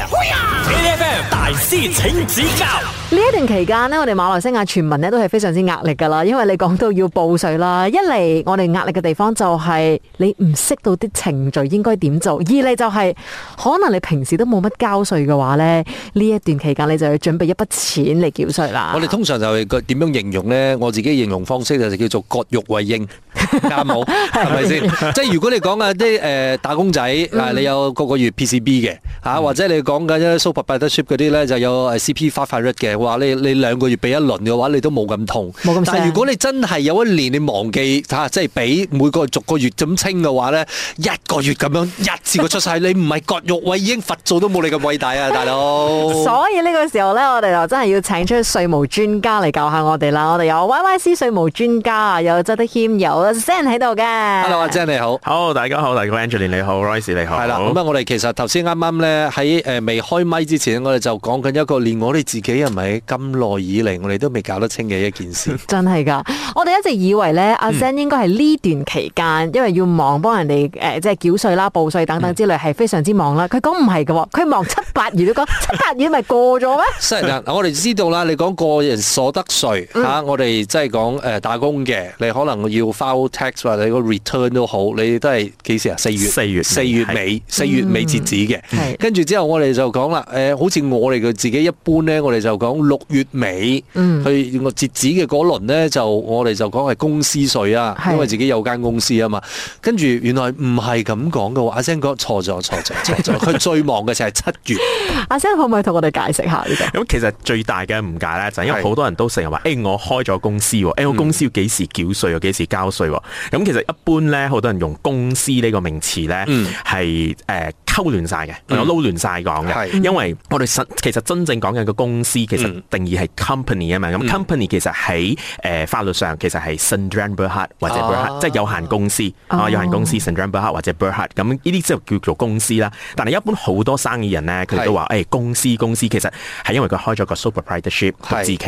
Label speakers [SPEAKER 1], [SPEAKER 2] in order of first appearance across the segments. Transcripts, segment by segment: [SPEAKER 1] FM 大師請指教
[SPEAKER 2] 呢一段期間呢，我哋馬來西亞全民呢都係非常之壓力㗎啦，因為你講到要報稅啦，一嚟我哋壓力嘅地方就係你唔識到啲程序應該點做，二嚟就係可能你平時都冇乜交稅嘅話呢，呢一段期間你就要準備一筆錢嚟繳稅啦。
[SPEAKER 3] 我哋通常就係個點樣形容咧？我自己形容方式就叫做割肉為 應，啱冇？係咪先？即係如果你講啊啲誒打工仔啊，你有個個月 PCB 嘅嚇，或者你講緊啲 super partnership 嗰啲咧，就有誒 CP 發發率嘅話，你你兩個月俾一輪嘅話，你都冇咁痛。
[SPEAKER 2] 冇咁
[SPEAKER 3] 但
[SPEAKER 2] 傷
[SPEAKER 3] 係如果你真係有一年你忘記嚇，即係俾每個逐個月咁清嘅話咧，一個月咁樣一次過出晒，你唔係割肉為應，佛祖都冇你咁偉大啊，大佬！
[SPEAKER 2] 所以呢個時候呢，我哋就真係要請出稅務專家嚟教下我哋啦。我哋有 Y Y C 稅務專家啊，有周德謙，有 Sam 喺度嘅。
[SPEAKER 3] Hello，阿姐你好。
[SPEAKER 4] 好，大家好，大家好 Angeline 你好，Royce 你好，
[SPEAKER 3] 係啦，咁啊，我哋其實頭先啱啱咧喺誒未開麥之前，我哋就講緊一個連我哋自己係咪咁耐以嚟，我哋都未搞得清嘅一件 事。
[SPEAKER 2] 真係㗎！我哋一直以為咧，
[SPEAKER 3] 嗯
[SPEAKER 2] 阿 Zen 應該係呢段期間，因為要忙幫人哋誒、呃即係繳稅啦、報稅等等之類，係非常之忙啦。佢講唔係㗎喎，佢忙七八月 都講七八月咪過咗咩？
[SPEAKER 3] 雖然嗱，我哋知道啦，你講個人所得稅
[SPEAKER 4] 嗯
[SPEAKER 3] 嚇、啊我哋即係講誒打工嘅，你可能要 file tax 或者個 return 都好，你都係幾時啊？四月，
[SPEAKER 4] 四月嗯
[SPEAKER 3] 四月尾，四月尾截止嘅。
[SPEAKER 2] 係
[SPEAKER 3] 跟住之後，我哋就講啦，誒、好似我哋嘅自己一般咧，我哋就講六月尾，
[SPEAKER 2] 嗯
[SPEAKER 3] 佢我截止嘅嗰輪咧，就我哋就講係公司税啊，
[SPEAKER 2] 係
[SPEAKER 3] 因為自己有間公司啊嘛。跟住原來唔係咁講嘅話，阿聲講錯咗，錯咗，錯 咗。佢最忙嘅就係七月，
[SPEAKER 2] 阿 Zen 可唔可以同我哋解釋下呢 個？
[SPEAKER 4] 咁其實最大嘅誤解咧，就係因為
[SPEAKER 3] 係嗯
[SPEAKER 4] 好多人都成日話：，誒、我開咗公司喎，誒、我公司要幾時繳稅，又幾時交稅喎？咁其實一般咧，好多人用公司呢個名詞咧
[SPEAKER 3] 嗯，
[SPEAKER 4] 係誒溝亂晒嘅，或者撈亂晒講
[SPEAKER 3] 係
[SPEAKER 4] 嘅。因為我哋實其實真正講緊嘅公司，其實
[SPEAKER 3] 嗯
[SPEAKER 4] 定義係 company 啊嘛。咁 company 其實喺誒、法律上其實係 s i n d r a n b e r h a r t 或者 b e r h a r t
[SPEAKER 3] 啊哦
[SPEAKER 4] 即係有限公司啊，有限公司 s i n d r a n b e r h a r t 或者 b e r h a r t 咁呢啲就叫做公司啦。但係一般好多生意人咧，佢哋都話。話誒、公司公司其實係因為佢開咗個 super partnership
[SPEAKER 3] 係嗯
[SPEAKER 4] 獨資企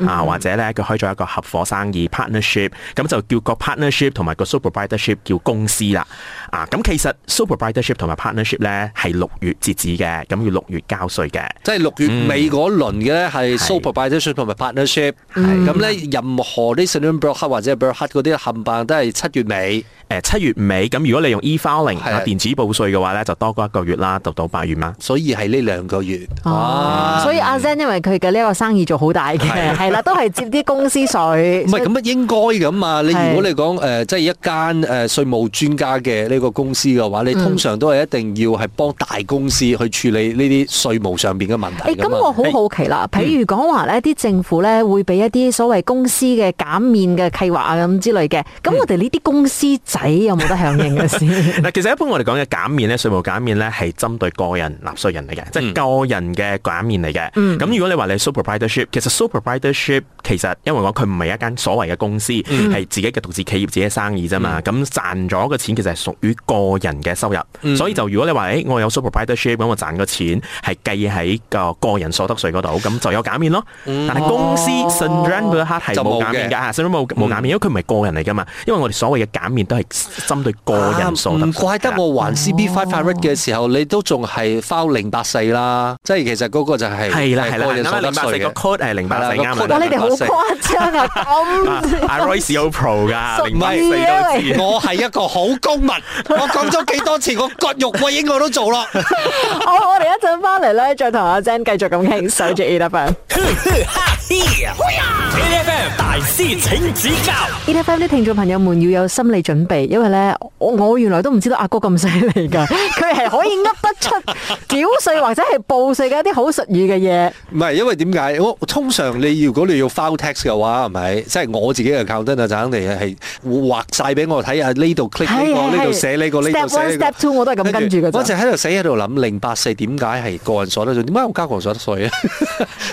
[SPEAKER 4] 業啊，或者咧佢開咗一個合伙生意 partnership，咁就叫個 partnership 同埋個 super partnership 叫公司啦。啊，咁其實 super partnership 同埋 partnership 咧係六月截止嘅，咁要六月交稅嘅。
[SPEAKER 3] 即係六月
[SPEAKER 2] 嗯
[SPEAKER 3] 尾嗰輪嘅咧係
[SPEAKER 4] 係
[SPEAKER 3] super partnership 同埋 partnership，
[SPEAKER 4] 係
[SPEAKER 2] 嗯
[SPEAKER 3] 咁咧任何啲 s i n b r o k 或者 b r o k 嗰啲冚唪唥都係七月尾。
[SPEAKER 4] 誒七月尾，咁如果你用 e-filing
[SPEAKER 3] 係
[SPEAKER 4] 啊電子報稅嘅話咧，就多過一個月啦，到到八月啦。
[SPEAKER 3] 所以係呢兩個月，啊
[SPEAKER 2] 哦，所以阿 Zen 因為佢嘅呢一個生意做好大嘅，係啦，都係接啲公司稅。
[SPEAKER 3] 唔係咁啊，應該咁嘛。你
[SPEAKER 2] 係
[SPEAKER 3] 如果你講誒、呃即係一間誒稅務專家嘅呢個公司嘅話，你通常都係一定要係幫大公司去處理呢啲稅務上邊嘅問題
[SPEAKER 2] 誒
[SPEAKER 3] 㗎
[SPEAKER 2] 哎咁
[SPEAKER 3] 啊嘛嗯
[SPEAKER 2] 我好好奇啦，譬如講話呢啲政府呢會俾一啲所謂公司嘅減免嘅計劃啊咁之類嘅，咁我哋呢啲公司仔有冇得響應嘅先？
[SPEAKER 4] 嗱，其實一般我哋講嘅減免咧，稅務減免咧係針對個人納稅人嚟
[SPEAKER 3] 嗯
[SPEAKER 4] 嘅，即係個人嘅減免嚟嘅。咁、如果你話你 super proprietorship，其實 super proprietorship 其實因為我佢唔係一間所謂嘅公司，係、
[SPEAKER 3] 嗯
[SPEAKER 4] 自己嘅獨自企業、自己嘅生意啫嘛。咁、賺咗嘅錢其實係屬於個人嘅收入，
[SPEAKER 3] 嗯
[SPEAKER 4] 所以就如果你話誒、欸我有 super proprietorship，咁我賺嘅錢係計喺個個人所得稅嗰度，咁就有減免咯。但係公司
[SPEAKER 2] 哦
[SPEAKER 4] s i n d r a n 嗰刻係
[SPEAKER 3] 嗯就冇
[SPEAKER 4] 冇減免
[SPEAKER 3] 嘅嗯
[SPEAKER 4] 㗎，啊 s i n d r a n 冇冇減免，因為佢唔係個人嚟㗎嘛。因為我哋所謂嘅減免都係針對個個哦人數
[SPEAKER 3] 啊唔怪得我還 CB five five rate 嘅時候，你都仲係 file 零八四啦，即係其實嗰個就係
[SPEAKER 4] 係啦係啦，
[SPEAKER 3] 個人
[SPEAKER 4] 啱
[SPEAKER 3] 所
[SPEAKER 4] 啱
[SPEAKER 3] 得
[SPEAKER 4] 零八四
[SPEAKER 3] 稅
[SPEAKER 4] 個
[SPEAKER 3] 嘅。
[SPEAKER 4] code 係零八四
[SPEAKER 3] 係啦個
[SPEAKER 4] 啱
[SPEAKER 2] 哇！
[SPEAKER 4] 啊
[SPEAKER 3] code
[SPEAKER 2] 你哋好誇張啊，
[SPEAKER 4] 啊
[SPEAKER 2] 咁
[SPEAKER 4] 阿 Royce 有 Pro 㗎，零八四
[SPEAKER 2] 唔係啊
[SPEAKER 4] 都知。
[SPEAKER 3] 我係一個好公民，我講咗幾多次，我割肉喂應我都做咯。
[SPEAKER 2] 好，我哋一陣翻嚟咧，再同阿 Zen 繼續咁傾，守住 E F M。
[SPEAKER 1] ，FM 大師請指教
[SPEAKER 2] E F M 啲聽眾朋友們要有心理準備，因為咧，我我原來都唔知道阿哥咁犀利 㗎，佢係可以噏得出繳稅或者係報稅嘅一啲好術語嘅嘢。
[SPEAKER 3] 唔係，因為點解？我通常你如果你要 file tax 嘅話，係咪？即係我自己嘅 account 啊，就肯定係畫晒俾我睇下呢度 click 呢
[SPEAKER 2] 係係
[SPEAKER 3] 個，呢度寫呢個，呢
[SPEAKER 2] Step
[SPEAKER 3] 度
[SPEAKER 2] one,
[SPEAKER 3] 寫呢
[SPEAKER 2] step
[SPEAKER 3] 個。
[SPEAKER 2] two，我都係咁跟住㗎
[SPEAKER 3] 我一直
[SPEAKER 2] 咋。
[SPEAKER 3] 喺度寫喺度 諗，零八四點解係個人所得稅？點解我交個人所得稅啊？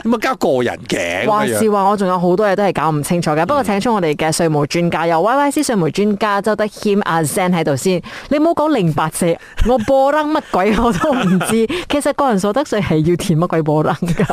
[SPEAKER 3] 點解交個人嘅？嘅
[SPEAKER 2] 話
[SPEAKER 3] 咁樣
[SPEAKER 2] 是話，我仲有好多嘢都係搞唔清楚嘅。不過請出我哋嘅稅務專家，由 Y Y C 稅務專家周德謙阿 Zen 喺度先。你唔好講零八四，我播得乜鬼我都唔知。其實個人所得稅係要填乜鬼播得噶。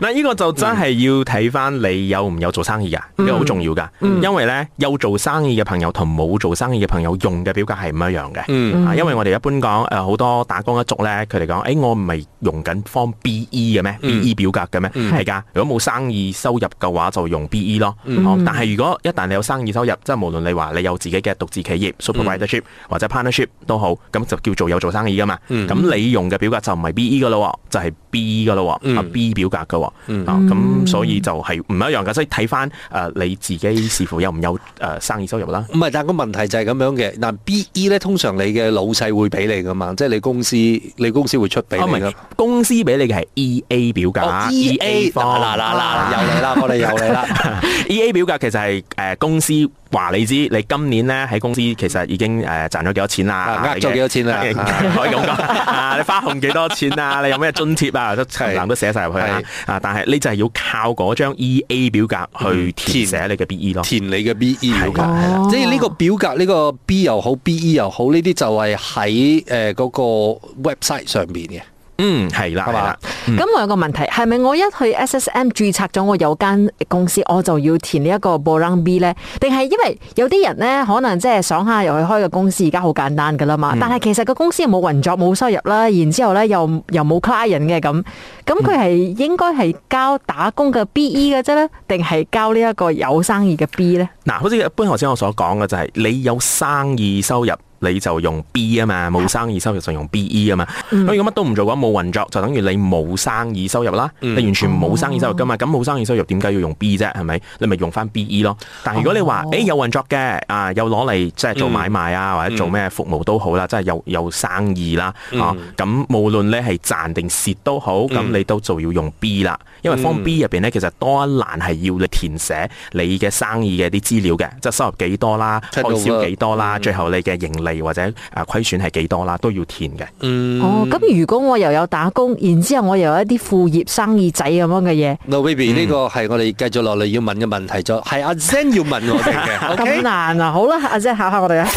[SPEAKER 4] 嗱，呢個就真係要睇翻你有唔有做生意噶，
[SPEAKER 3] 嗯
[SPEAKER 4] 呢個好重要噶。因為呢，有做生意嘅朋友同冇做生意嘅朋友用嘅表格係唔一樣嘅。
[SPEAKER 3] 嗯
[SPEAKER 4] 啊因為我哋一般講誒好多打工一族呢，佢哋講誒我唔係用緊方 BE 嘅咩？BE
[SPEAKER 3] 嗯
[SPEAKER 4] 表格嘅咩？係㗎。如果冇生意收入嘅話，就用 BE 咯。
[SPEAKER 3] 嗯
[SPEAKER 4] 哦但係如果一旦你有生意收入，即係無論你話你有自己嘅獨自企
[SPEAKER 3] 嗯
[SPEAKER 4] 業 （supervisorship） 或者 partnership 都好，咁就叫做有做生意噶嘛。
[SPEAKER 3] 嗯
[SPEAKER 4] 咁你用嘅表格就唔係 BE 噶咯喎，就係 B 噶咯
[SPEAKER 3] 嗯
[SPEAKER 4] 喎，啊 B 表格噶喎。啊咁所以就係唔一樣噶，所以睇翻誒你自己視乎有唔有誒生意收入啦。
[SPEAKER 3] 唔係，但個問題就係咁樣嘅。嗱，B.E. 咧，通常你嘅老細會俾你噶嘛，即係你公司，你公司會出俾
[SPEAKER 4] 啊，唔
[SPEAKER 3] 你噶
[SPEAKER 4] 係。公司俾你嘅係 E A 表格 E
[SPEAKER 3] 哦，E.A. 嗱
[SPEAKER 4] 方啊
[SPEAKER 3] 嗱嗱嗱，又嚟啦，我哋又嚟啦。
[SPEAKER 4] E A 表格其實係誒公司話你知，你今年咧喺公司其實已經誒賺咗幾多錢啦
[SPEAKER 3] 啊，呃咗幾多錢啦
[SPEAKER 4] 你嘅可以咁講啊！你花紅幾多錢啊？你有咩津貼啊？都全部都寫晒入去啦啊！但係你就係要靠嗰張 E A 表格去填寫你嘅 B E 咯。
[SPEAKER 3] 填你嘅 B.E. 表格，
[SPEAKER 4] 係啦
[SPEAKER 2] 係啦
[SPEAKER 3] 即係呢個表格，呢個 B 又好，B.E. 又好，呢啲就係喺誒嗰個 website 上邊嘅。
[SPEAKER 4] 嗯，係啦，
[SPEAKER 3] 係
[SPEAKER 4] 係
[SPEAKER 3] 嘛
[SPEAKER 4] 啦。
[SPEAKER 2] 咁我有個問題，係咪我一去 SSM 註冊咗我有間公司，我就要填呢一個 b o r a n B 呢？定係因為有啲人呢，可能即係爽下又去開個公司，而家好簡單噶啦嘛。但係其實個公司又冇運作、冇收入啦，然之後呢又又冇 client 嘅咁，咁佢係應該係交打工嘅 BE 嘅啫呢？定係交呢一個有生意嘅 B 呢？
[SPEAKER 4] 嗱，好似一般頭先我所講嘅就係、你有生意收入。你就用 B 啊嘛，冇生意收入就用 BE 啊嘛。咁、如果乜都唔做嘅話，冇運作就等於你冇生意收入啦。你完全冇生意收入噶嘛，咁冇生意收入點解要用 B 啫？係咪？你咪用翻 BE 咯。但係如果你話，誒、有運作嘅啊，又攞嚟即係做買賣啊，或者做咩服務都好啦，即係有有生意啦。啊，咁無論你係賺定蝕都好，咁你都就要用 B 啦，因為方 B 入邊咧其實多一欄係要你填寫你嘅生意嘅啲資料嘅，即係收入幾多啦，開
[SPEAKER 3] Turnover
[SPEAKER 4] 銷幾多啦，最後你嘅盈利或者啊虧損係幾多啦，都要填嘅。
[SPEAKER 3] 嗯
[SPEAKER 2] 哦，咁如果我又有打工，然之後我又有一啲副業生意仔咁樣嘅嘢，
[SPEAKER 3] No baby，呢
[SPEAKER 2] 嗯
[SPEAKER 3] 個係我哋繼續落嚟要問嘅問題，就係阿 Zen 要問我哋 嘅。
[SPEAKER 2] 咁
[SPEAKER 3] OK，
[SPEAKER 2] 難啊！好啦，阿姐考下我哋啊。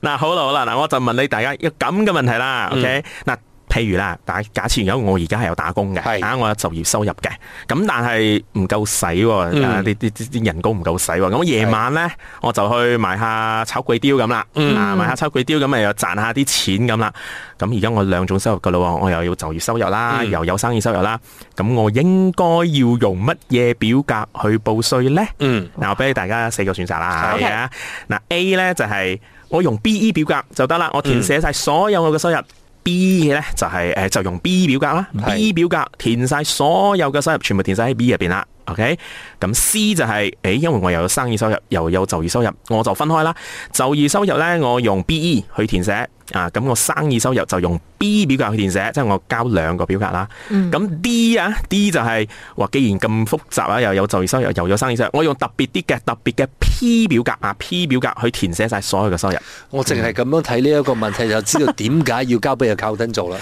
[SPEAKER 4] 嗱，好啦好啦，嗱，我就問你大家一個咁嘅問題啦，OK？嗱、譬如啦，大假設如果我而家係有打工
[SPEAKER 3] 係
[SPEAKER 4] 嘅，啊，我有就業收入嘅，咁但係唔夠使喎，啊啲啲啲啲人工唔夠使喎，咁我夜晚咧我就去買下炒粿條咁啦，啊買下炒粿條咁咪又賺下啲錢咁啦，咁而家我兩種收入噶咯，我又要就業收入啦，又有生意收入啦，咁我應該要用乜嘢表格去報稅咧？
[SPEAKER 3] 嗯，
[SPEAKER 4] 嗱，我俾大家四個選擇啦，
[SPEAKER 2] OK
[SPEAKER 4] 係啊。嗱 A 咧就係我用 BE 表格就得啦，我
[SPEAKER 3] 嗯
[SPEAKER 4] 填寫晒所有我嘅收入。B 嘅咧就係、誒、就用 B 表格啦
[SPEAKER 3] 係
[SPEAKER 4] ，B 表格填晒所有嘅收入，全部填晒喺 B 入邊啦。OK，咁 C 就係、誒，因為我又有生意收入，又有就業收入，我就分開啦。就業收入咧，我用 BE 去填寫啊，咁我生意收入就用 B 表格去填寫，即係我交兩個表格啦。咁、D 啊，D 就係、話既然咁複雜啊，又有就業收入，又有生意收入，我用特別啲嘅特別嘅 P 表格啊，P 表格去填寫晒所有嘅收入。
[SPEAKER 3] 我淨係咁樣睇呢一個問題，就知道點解要交俾阿靠登做 啦。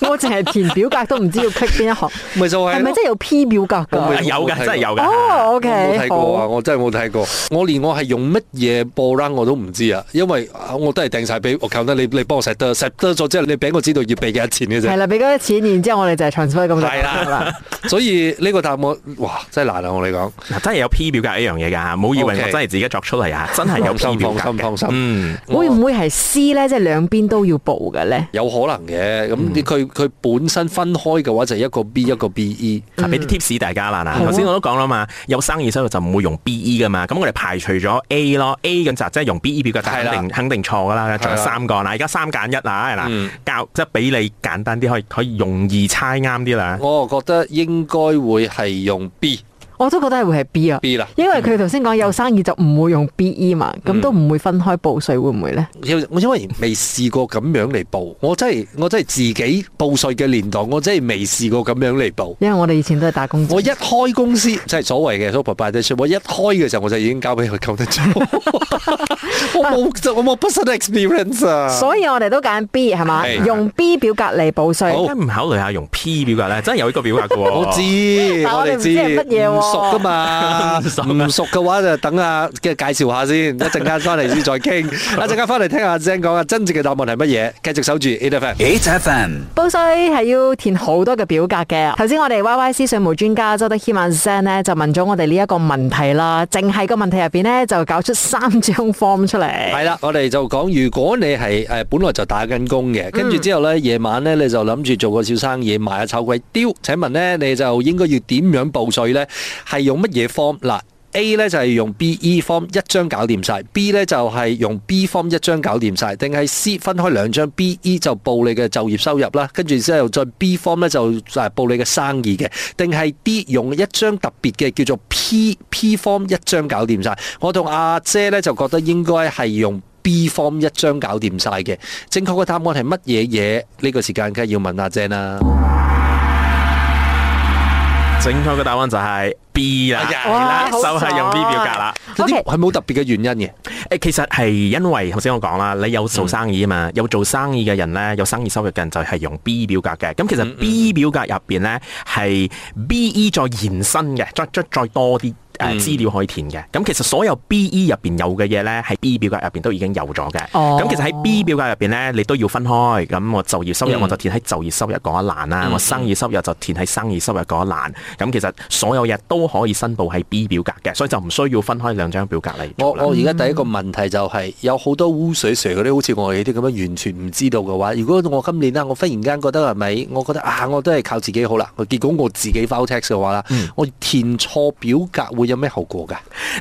[SPEAKER 2] 我淨係填表格都唔知要 click 邊一行，
[SPEAKER 3] 咪就係
[SPEAKER 2] 係
[SPEAKER 3] 咯
[SPEAKER 2] 咪真係有 P 表格
[SPEAKER 3] 我
[SPEAKER 2] 㗎
[SPEAKER 3] 咪？
[SPEAKER 4] 啊有嘅，真係有嘅。
[SPEAKER 2] 哦
[SPEAKER 3] 啊我冇睇
[SPEAKER 2] ，OK，
[SPEAKER 3] 過啊！
[SPEAKER 2] 好。
[SPEAKER 3] 我真係冇睇過，我連我係用乜嘢播 run 我都唔知啊，因為啊我都係掟晒俾我靠得你，你幫我 set 得 set 得咗之後，你俾我知道要俾幾多錢
[SPEAKER 2] 係
[SPEAKER 3] 嘅啫。
[SPEAKER 2] 啦，俾嗰啲錢，然之後我哋就係 transfer 咁就
[SPEAKER 3] 係啦
[SPEAKER 2] 得 啦。
[SPEAKER 3] 所以呢個答案，哇，真係難啊！我哋講，
[SPEAKER 4] 嗱，真係有 P 表格一樣嘢㗎，唔好以為
[SPEAKER 3] OK
[SPEAKER 4] 我真係自己作出嚟啊，真係有 P 表格
[SPEAKER 3] 放心放
[SPEAKER 4] 嘅。
[SPEAKER 3] 心
[SPEAKER 4] 嗯，
[SPEAKER 2] 會唔會係 C 咧？即係兩邊都要報嘅咧？
[SPEAKER 3] 有可能嘅。
[SPEAKER 4] 嗯
[SPEAKER 3] 咁佢佢本身分開嘅話，就一個 B E 一個 BE。
[SPEAKER 4] 嗱，啊
[SPEAKER 2] 嗯
[SPEAKER 4] 俾啲 tips 大家啦。
[SPEAKER 2] 好
[SPEAKER 4] 嗱，
[SPEAKER 2] 啊
[SPEAKER 4] 頭先我都講啦嘛，有生意收入就唔會用 BE 噶嘛。咁我哋排除咗 A 咯，A 咁就即係用 BE 表格，
[SPEAKER 3] 係
[SPEAKER 4] 但
[SPEAKER 3] 啦
[SPEAKER 4] 肯定肯定錯噶啦。仲有
[SPEAKER 3] 係啦
[SPEAKER 4] 三個嗱，而家三揀一啦，
[SPEAKER 3] 嗯
[SPEAKER 4] 嗱，教即係俾你簡單啲，可以可以容易猜啱啲啦。
[SPEAKER 3] 我覺得應該會係用 B。
[SPEAKER 2] 我都覺得係會係 B 啊
[SPEAKER 3] B 啦
[SPEAKER 2] 因為佢頭先講有生意就唔會用 B E 嘛，
[SPEAKER 3] 嗯
[SPEAKER 2] 咁都唔會分開報税，會唔會咧？
[SPEAKER 3] 因我因為未試過咁樣嚟報，我真係我真係自己報税嘅年代，我真係未試過咁樣嚟報。
[SPEAKER 2] 因為我哋以前都係打工仔
[SPEAKER 3] 我一開公司，即係所謂嘅 super by the s h 我一開嘅時候我就已經交俾佢 扣得咗。我冇我冇 personal experience 啊。
[SPEAKER 2] 所以我哋都揀 B 係嘛，
[SPEAKER 3] 係
[SPEAKER 2] 用 B 表格嚟報税。
[SPEAKER 4] 點
[SPEAKER 3] 好
[SPEAKER 4] 解唔考慮下用 P 表格咧？真係有呢個表格嘅喎。
[SPEAKER 3] 我知，
[SPEAKER 2] 但
[SPEAKER 3] 我
[SPEAKER 2] 我哋
[SPEAKER 3] 哋
[SPEAKER 2] 唔
[SPEAKER 3] 知，
[SPEAKER 2] 知係乜嘢喎
[SPEAKER 3] 唔熟噶嘛，唔熟嘅話就等下嘅介紹下先，一陣間翻嚟先再傾，一陣間翻嚟聽下 Zen 講啊，真正嘅答案係乜嘢？繼續守住 A F M。
[SPEAKER 5] 8FM,
[SPEAKER 2] 報税係要填好多嘅表格嘅。頭先我哋 Y Y C 税務專家周德軒萬 s 咧就問咗我哋呢一個問題啦，淨係個問題入邊咧就搞出三張 form 出嚟。
[SPEAKER 3] 係啦，我哋就講，如果你係誒本來就打緊工嘅，跟住之後咧夜晚咧你就諗住做個小生意賣下炒鬼雕，請問咧你就應該要點樣報税咧？係用乜嘢 form 嗱？A 咧就係用 B.E form 一張搞掂晒 b 咧就係用 B form 一張搞掂晒，定係 C 分開兩張 B.E E 就報你嘅就業收入啦，跟住之後再 B form 咧就誒報你嘅生意嘅，定係 D 用一張特別嘅叫做 P P form 一張搞掂晒。我同阿姐咧就覺得應該係用。B form 一張搞掂晒嘅，正確嘅答案係乜嘢嘢？呢、個時間梗係要問阿姐啦。
[SPEAKER 4] 正確嘅答案就係 B 啦，
[SPEAKER 3] 哎呀
[SPEAKER 4] 係啦，就
[SPEAKER 2] 好爽啊
[SPEAKER 4] 係用 B 表格啦。
[SPEAKER 3] 有
[SPEAKER 2] O
[SPEAKER 3] 啲
[SPEAKER 2] K，
[SPEAKER 3] 係冇特別嘅原因嘅。
[SPEAKER 4] 誒，其實係因為頭先我講啦，你有做生意啊嘛，有做生意嘅人咧，有生意收入嘅人就係用 B 表格嘅。咁其實 B 表格入邊咧係 BE E 再延伸嘅，再再再多啲。誒資料可以填嘅，咁其實所有 BE 入邊有嘅嘢咧，喺 B 表格入邊都已經有咗嘅。咁、
[SPEAKER 2] 哦
[SPEAKER 4] 其實喺 B 表格入邊咧，你都要分開。咁我就業收入我就填喺就業收入嗰一欄啦，我生意收入就填喺生意收入嗰一欄。咁其實所有嘢都可以申報喺 B 表格嘅，所以就唔需要分開兩張表格嚟
[SPEAKER 3] 我
[SPEAKER 4] 做啦
[SPEAKER 3] 我而家第一個問題就係、有好多污水蛇嗰啲，好似我哋呢啲咁樣完全唔知道嘅話，如果我今年啊啦，我忽然間覺得係咪？我覺得啊，我都係靠自己好啦。結果我自己 file tax 嘅話啦，
[SPEAKER 4] 嗯
[SPEAKER 3] 我填錯表格會有咩後果㗎？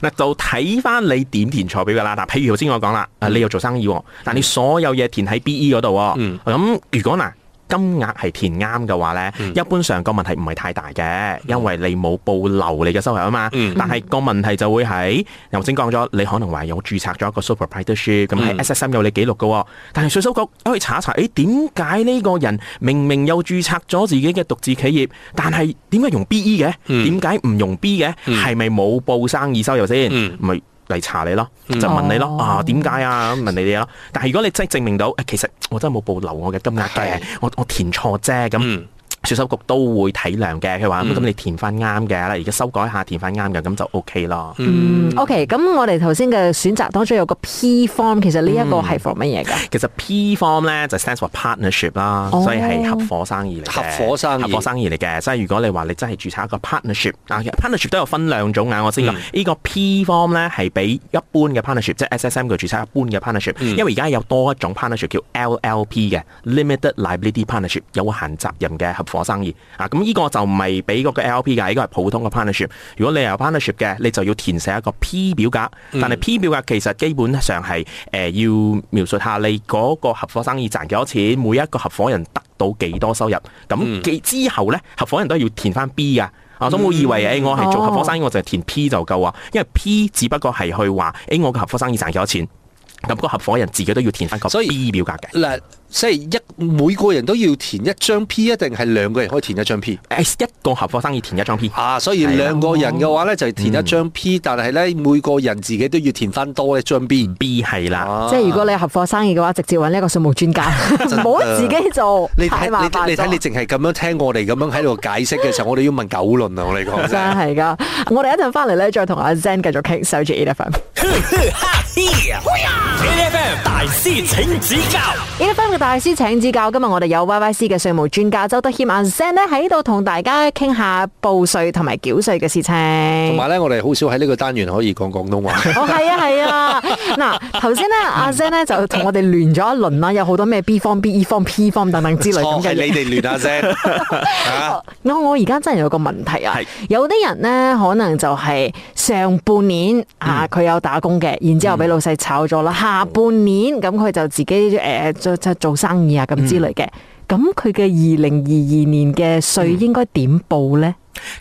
[SPEAKER 4] 嗱，就睇翻你點填錯表噶啦。嗱，譬如頭先我講啦，啊你又做生意喎，但你所有嘢填喺 B.E. 嗰度喎。咁如果嗱金額係填啱嘅話咧，一般上個問題唔係太大嘅，因為你冇報漏你嘅收入啊嘛。但係個問題就會喺頭先講咗，你可能話有註冊咗一個 super proprietorship，咁
[SPEAKER 3] 嗯
[SPEAKER 4] 喺 S.S.M 有你記錄嘅喎，但係稅收局可以哎查一查，誒點解呢個人明明有註冊咗自己嘅獨資企業，但係點解用 B.E. 嘅？
[SPEAKER 3] 嗯
[SPEAKER 4] 點解唔用 B E 嘅？係咪冇報生意收入先？
[SPEAKER 3] 嗯哦
[SPEAKER 4] 咪嚟查你咯，就問你咯，啊點解啊？咁問你哋咯。但係如果你真係證明到，誒其實我真係冇報留我嘅金額
[SPEAKER 3] 係
[SPEAKER 4] 嘅，我我填錯啫咁。
[SPEAKER 3] 嗯
[SPEAKER 4] 稅收局都會體諒嘅，佢話咁你填翻啱嘅啦，而家修改下填翻啱嘅，咁就 O K 咯。
[SPEAKER 2] 嗯，O K，咁我哋頭先嘅選擇當中有個 P form，其實呢一個
[SPEAKER 3] 嗯
[SPEAKER 2] 係 for 乜嘢㗎？
[SPEAKER 4] 其實 P form 咧就 stands for partnership 啦，
[SPEAKER 2] 哦
[SPEAKER 4] 所以係合伙生意嚟嘅。
[SPEAKER 3] 合伙生意
[SPEAKER 4] 合伙生意嚟嘅，即係如果你話你真係註冊一個 partnership 啊其實，partnership 都有分兩種啊。我先講
[SPEAKER 3] 嗯
[SPEAKER 4] 呢個 P form 咧係比一般嘅 partnership，即係 SSM 佢註冊一般嘅 partnership，因為
[SPEAKER 3] 嗯
[SPEAKER 4] 而家有多一種 partnership 叫 LLP 嘅 limited liability partnership，有限責任嘅合伙生意啊。咁呢個就唔係俾嗰個 LLP 㗎，呢個係普通嘅 partnership。如果你係有 partnership 嘅，你就要填寫一個 P 表格，
[SPEAKER 3] 嗯
[SPEAKER 4] 但係 P 表格其實基本上係誒、呃要描述下你嗰個合伙生意賺幾多錢，每一個合伙人得到幾多收入。
[SPEAKER 3] 嗯
[SPEAKER 4] 咁記之後呢，合伙人都要填翻 B 噶。啊，都冇以為誒、欸我係做合伙
[SPEAKER 3] 哦
[SPEAKER 4] 生意，我就填 P 就夠啊，因為 P 只不過係去話誒、欸我嘅合伙生意賺幾多錢。咁個合伙人自己都要填翻個
[SPEAKER 3] 所以
[SPEAKER 4] B 表格嘅，
[SPEAKER 3] 嗱，即係一每個人都要填一張 P，一定係兩個人可以填一張 P。
[SPEAKER 4] 誒一個合伙生意填一張 P。
[SPEAKER 3] 啊，所以
[SPEAKER 4] 係啦嗯
[SPEAKER 3] 兩個人嘅話咧就係填一張 P，、但係咧每個人自己都要填翻多一張 B。
[SPEAKER 4] B 係啦，
[SPEAKER 3] 啊
[SPEAKER 2] 即係如果你合夥生意嘅話，直接揾呢一個稅務專家，
[SPEAKER 3] 真㗎
[SPEAKER 2] 唔好自己做，
[SPEAKER 3] 你睇
[SPEAKER 2] 太麻煩
[SPEAKER 3] 你你睇
[SPEAKER 2] 咗
[SPEAKER 3] 你淨係咁樣聽我哋咁樣喺度解釋嘅時候，我哋要問九輪啊！我哋講
[SPEAKER 2] 真
[SPEAKER 3] 真。
[SPEAKER 2] 係㗎。我哋一陣翻嚟咧，再同阿 Zen 繼續傾，守住 e l e p h a n
[SPEAKER 1] 哈嘿呀！A F M 大師請指教
[SPEAKER 2] e l e p h a n 嘅大師請指教。今日我哋有 Y Y C 嘅稅務專家周德謙阿 Zen 咧喺度同大家傾下報税同埋繳税嘅事
[SPEAKER 3] 同
[SPEAKER 2] 情。
[SPEAKER 3] 埋咧，我哋好少喺呢個單元可以講廣東話。
[SPEAKER 2] 哦，係啊，係 啊。嗱，頭先咧，阿 Zen 咧就同我哋亂咗一輪啦，有好多咩 B 方、B、E 方、P 方等等之類咁
[SPEAKER 3] 錯係
[SPEAKER 2] 嘅嘢
[SPEAKER 3] 你。哋亂啊啫。 嚇
[SPEAKER 2] 呃我我而家真係有個問題啊
[SPEAKER 4] 係！
[SPEAKER 2] 有啲人呢，可能就係上半年啊，佢有打工嘅，然之後俾老細炒咗啦。下半年咁佢就自己誒做做做生意啊咁之類嘅。咁佢嘅二零二二年嘅税應該點報呢？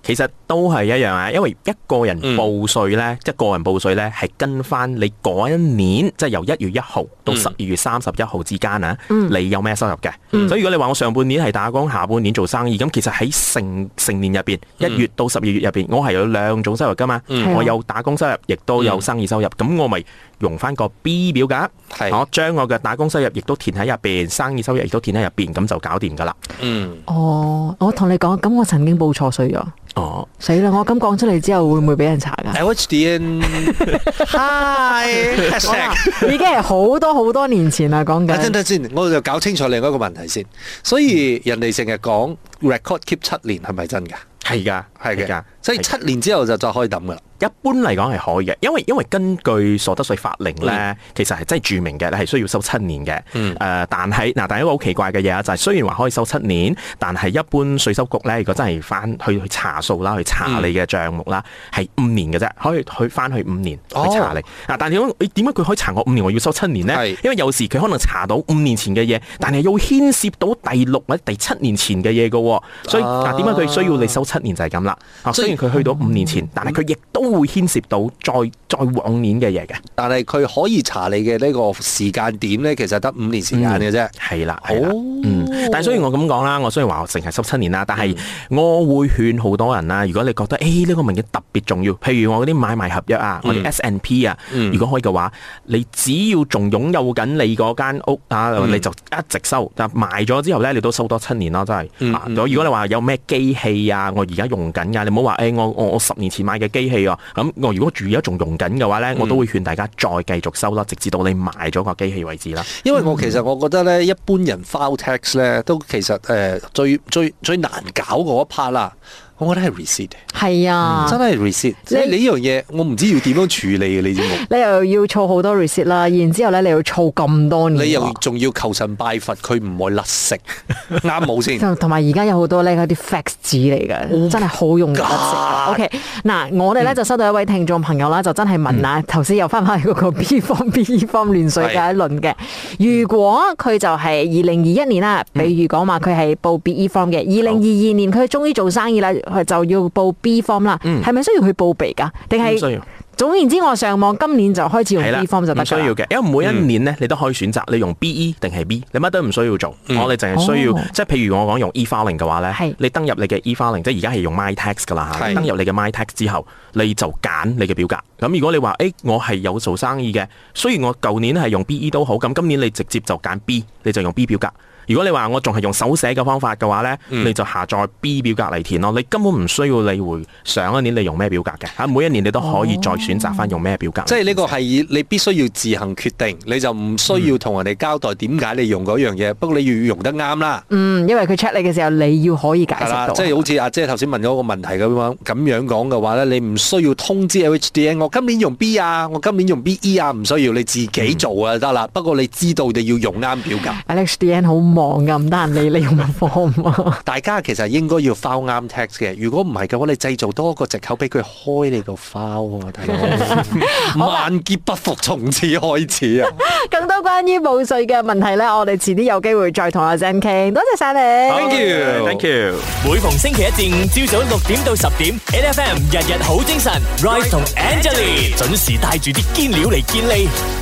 [SPEAKER 4] 其實都係一樣啊，因為一個人報税
[SPEAKER 1] 嗯
[SPEAKER 4] 呢，即係個人報税呢，係跟翻你嗰一年，即係由一月一號
[SPEAKER 1] 嗯
[SPEAKER 4] 到十二月三十一號之間啊，你有咩收入嘅？
[SPEAKER 1] 嗯
[SPEAKER 4] 所以如果你話我上半年係打工，下半年做生意，咁其實喺成成年入邊，
[SPEAKER 1] 嗯
[SPEAKER 4] 一月到十二月入邊，我係有兩種收入噶嘛，
[SPEAKER 2] 係啊
[SPEAKER 4] 我有打工收入，亦都
[SPEAKER 1] 嗯
[SPEAKER 4] 有生意收入，咁我咪用翻個 B 表格，
[SPEAKER 3] 係
[SPEAKER 4] 我將我嘅打工收入亦都填喺入邊，生意收入亦都填喺入邊，咁就搞掂噶啦。
[SPEAKER 3] 嗯，
[SPEAKER 2] 哦，我同你講，咁我曾經報錯税咗，
[SPEAKER 4] 哦，
[SPEAKER 2] 死啦！我咁講出嚟之後，會唔會俾人查㗎？
[SPEAKER 3] LHDN
[SPEAKER 2] 我
[SPEAKER 3] Hi，hashtag
[SPEAKER 2] 話已經係好多好多年前啦，講
[SPEAKER 3] 啊等
[SPEAKER 2] 緊。
[SPEAKER 3] 等先，我就搞清楚另外一個問題先。所以人哋成日講 record keep 七年係咪真㗎？
[SPEAKER 4] 係噶，
[SPEAKER 3] 係嘅
[SPEAKER 4] 㗎，
[SPEAKER 3] 所以
[SPEAKER 4] 係㗎
[SPEAKER 3] 七年之後就再開抌㗎啦。
[SPEAKER 4] 一般嚟講係可以嘅，因為因為根據所得税法令咧，其實係真係注明嘅，你係需要收七年嘅。誒、呃
[SPEAKER 3] 嗯
[SPEAKER 4] 但係嗱，但係一個好奇怪嘅嘢啊，就係、雖然話可以收七年，但係一般稅收局咧，如果真係翻去去查數啦，去查
[SPEAKER 3] 嗯
[SPEAKER 4] 你嘅帳目啦，係五年嘅啫，可以去翻去五年
[SPEAKER 3] 哦
[SPEAKER 4] 去查你。嗱、但係點解咦點解佢可以查我五年，我要收七年呢
[SPEAKER 3] 係？
[SPEAKER 4] 因為有時佢可能查到五年前嘅嘢，但係又牽涉到第六或者第七年前嘅嘢嘅喎，所以
[SPEAKER 3] 啊
[SPEAKER 4] 嗱點解佢需要你收七年就係咁啦？啊，雖然佢去到五年前，但係佢亦都會牽涉到再再往年嘅嘢嘅。
[SPEAKER 3] 但係佢可以查你嘅呢個時間點咧，其實得五年時間嘅啫。
[SPEAKER 4] 係啦，係啦。嗯，但係
[SPEAKER 3] 哦，
[SPEAKER 4] 雖然我咁講啦，我雖然話我淨係十七年啦，但係我會勸好多人啦。如果你覺得誒呢個文件特別重要，譬如我嗰啲買賣合約啊，我哋 S n P 啊，如果可以嘅話，你只要仲擁有緊你嗰間屋啊，你就一直收。但賣咗之後咧，你都收多七年咯，真係。啊如果你話有咩機器啊，我而家用緊㗎，你唔好話誒我我我十年前買嘅機器啊，咁我如果住而家仲用緊嘅話咧，我都會勸大家再繼續收啦，直至到你賣咗個機器為止啦。
[SPEAKER 3] 因為我其實我覺得咧，一般人 file tax 咧都其實誒、呃最最最難搞嗰一 part 啦，我覺得係 receipt，、
[SPEAKER 2] 係啊，
[SPEAKER 3] 真係 receipt。即係你呢樣嘢，我唔知要點樣處理嘅，你知冇？
[SPEAKER 2] 你又要儲好多 receipt 啦，然之後咧你要儲咁多年喎，
[SPEAKER 3] 你又仲要求神拜佛，佢唔會甩食，啱 冇先？
[SPEAKER 2] 同同埋而家有好多咧嗰啲 fax 紙嚟
[SPEAKER 4] Oh
[SPEAKER 2] 嘅，真係好用得食。
[SPEAKER 3] God
[SPEAKER 2] OK，嗱，我
[SPEAKER 4] 嗯
[SPEAKER 2] 哋咧就收到一位聽眾朋友啦，就真係問啦，頭先又翻返去嗰個 B 方 B 方亂水嘅一輪嘅。如果佢就係二零二一年啦，
[SPEAKER 4] 嗯
[SPEAKER 2] 比如講話佢係報 B E form 嘅，二零二二年佢終於做生意啦，佢就要報 B form 啦，係咪需要去報備㗎？定
[SPEAKER 4] 嗯唔需
[SPEAKER 2] 係
[SPEAKER 4] 要
[SPEAKER 2] 總言之，我上網今年就開始用
[SPEAKER 4] 係啦
[SPEAKER 2] B form 就得
[SPEAKER 4] 唔需要
[SPEAKER 2] 㗎啦。嗯
[SPEAKER 4] 嘅，因為每一年咧，你都可以選擇你用 BE 定係 B，你乜都唔需要做，
[SPEAKER 3] 嗯
[SPEAKER 4] 我哋淨係需要
[SPEAKER 2] 哦，
[SPEAKER 4] 即係譬如我講用 e filing 嘅話
[SPEAKER 2] 係
[SPEAKER 4] 咧，你登入你嘅 e filing，即係而家係用 my tax 噶啦嚇，
[SPEAKER 3] 係
[SPEAKER 4] 你登入你嘅 my tax 之後，你就揀你嘅表格。咁如果你話誒我係有做生意嘅，雖然我舊年係用 BE 都好，咁今年你直接就揀 B，你就用 B 表格。如果你話我仲係用手寫嘅方法嘅話呢，
[SPEAKER 3] 嗯
[SPEAKER 4] 你就下載 B 表格嚟填咯。你根本唔需要理會上一年你用咩表格嘅嚇，每一年你都可以再選擇翻用咩表格嚟填。
[SPEAKER 3] 即係呢個係你必須要自行決定，你就唔需要同人哋交代點解你用嗰樣嘢。不過你要用得啱啦，
[SPEAKER 2] 嗯，因為佢 check 你嘅時候，你要可以解
[SPEAKER 3] 係
[SPEAKER 2] 釋
[SPEAKER 3] 啦，
[SPEAKER 2] 到。
[SPEAKER 3] 即係好似阿姐頭先問咗個問題咁樣咁樣講嘅話咧，你唔需要通知 LHDN，我今年用 B 啊，我今年用 BE 啊，唔需要你自
[SPEAKER 2] 嗯
[SPEAKER 3] 己做啊得啦。不過你知道你要用啱表格，
[SPEAKER 2] Alex D N 好忙噶，唔得閒理你用乜 form 啊？
[SPEAKER 3] 大家其實應該要 file 啱 tax 嘅。如果唔係嘅話，你製造多一個藉口俾佢開你個 file 啊，大佬，萬劫不復，從此開始啊！
[SPEAKER 2] 更多關於報税嘅問題咧，我哋遲啲有機會再同阿 Zen 傾。多謝晒你。
[SPEAKER 3] Thank you.
[SPEAKER 4] Thank you.
[SPEAKER 1] 每逢星期一至五朝早六點到十點，N F M 日日好精神，Rise 同 Angelie 準時帶住啲堅料嚟健利。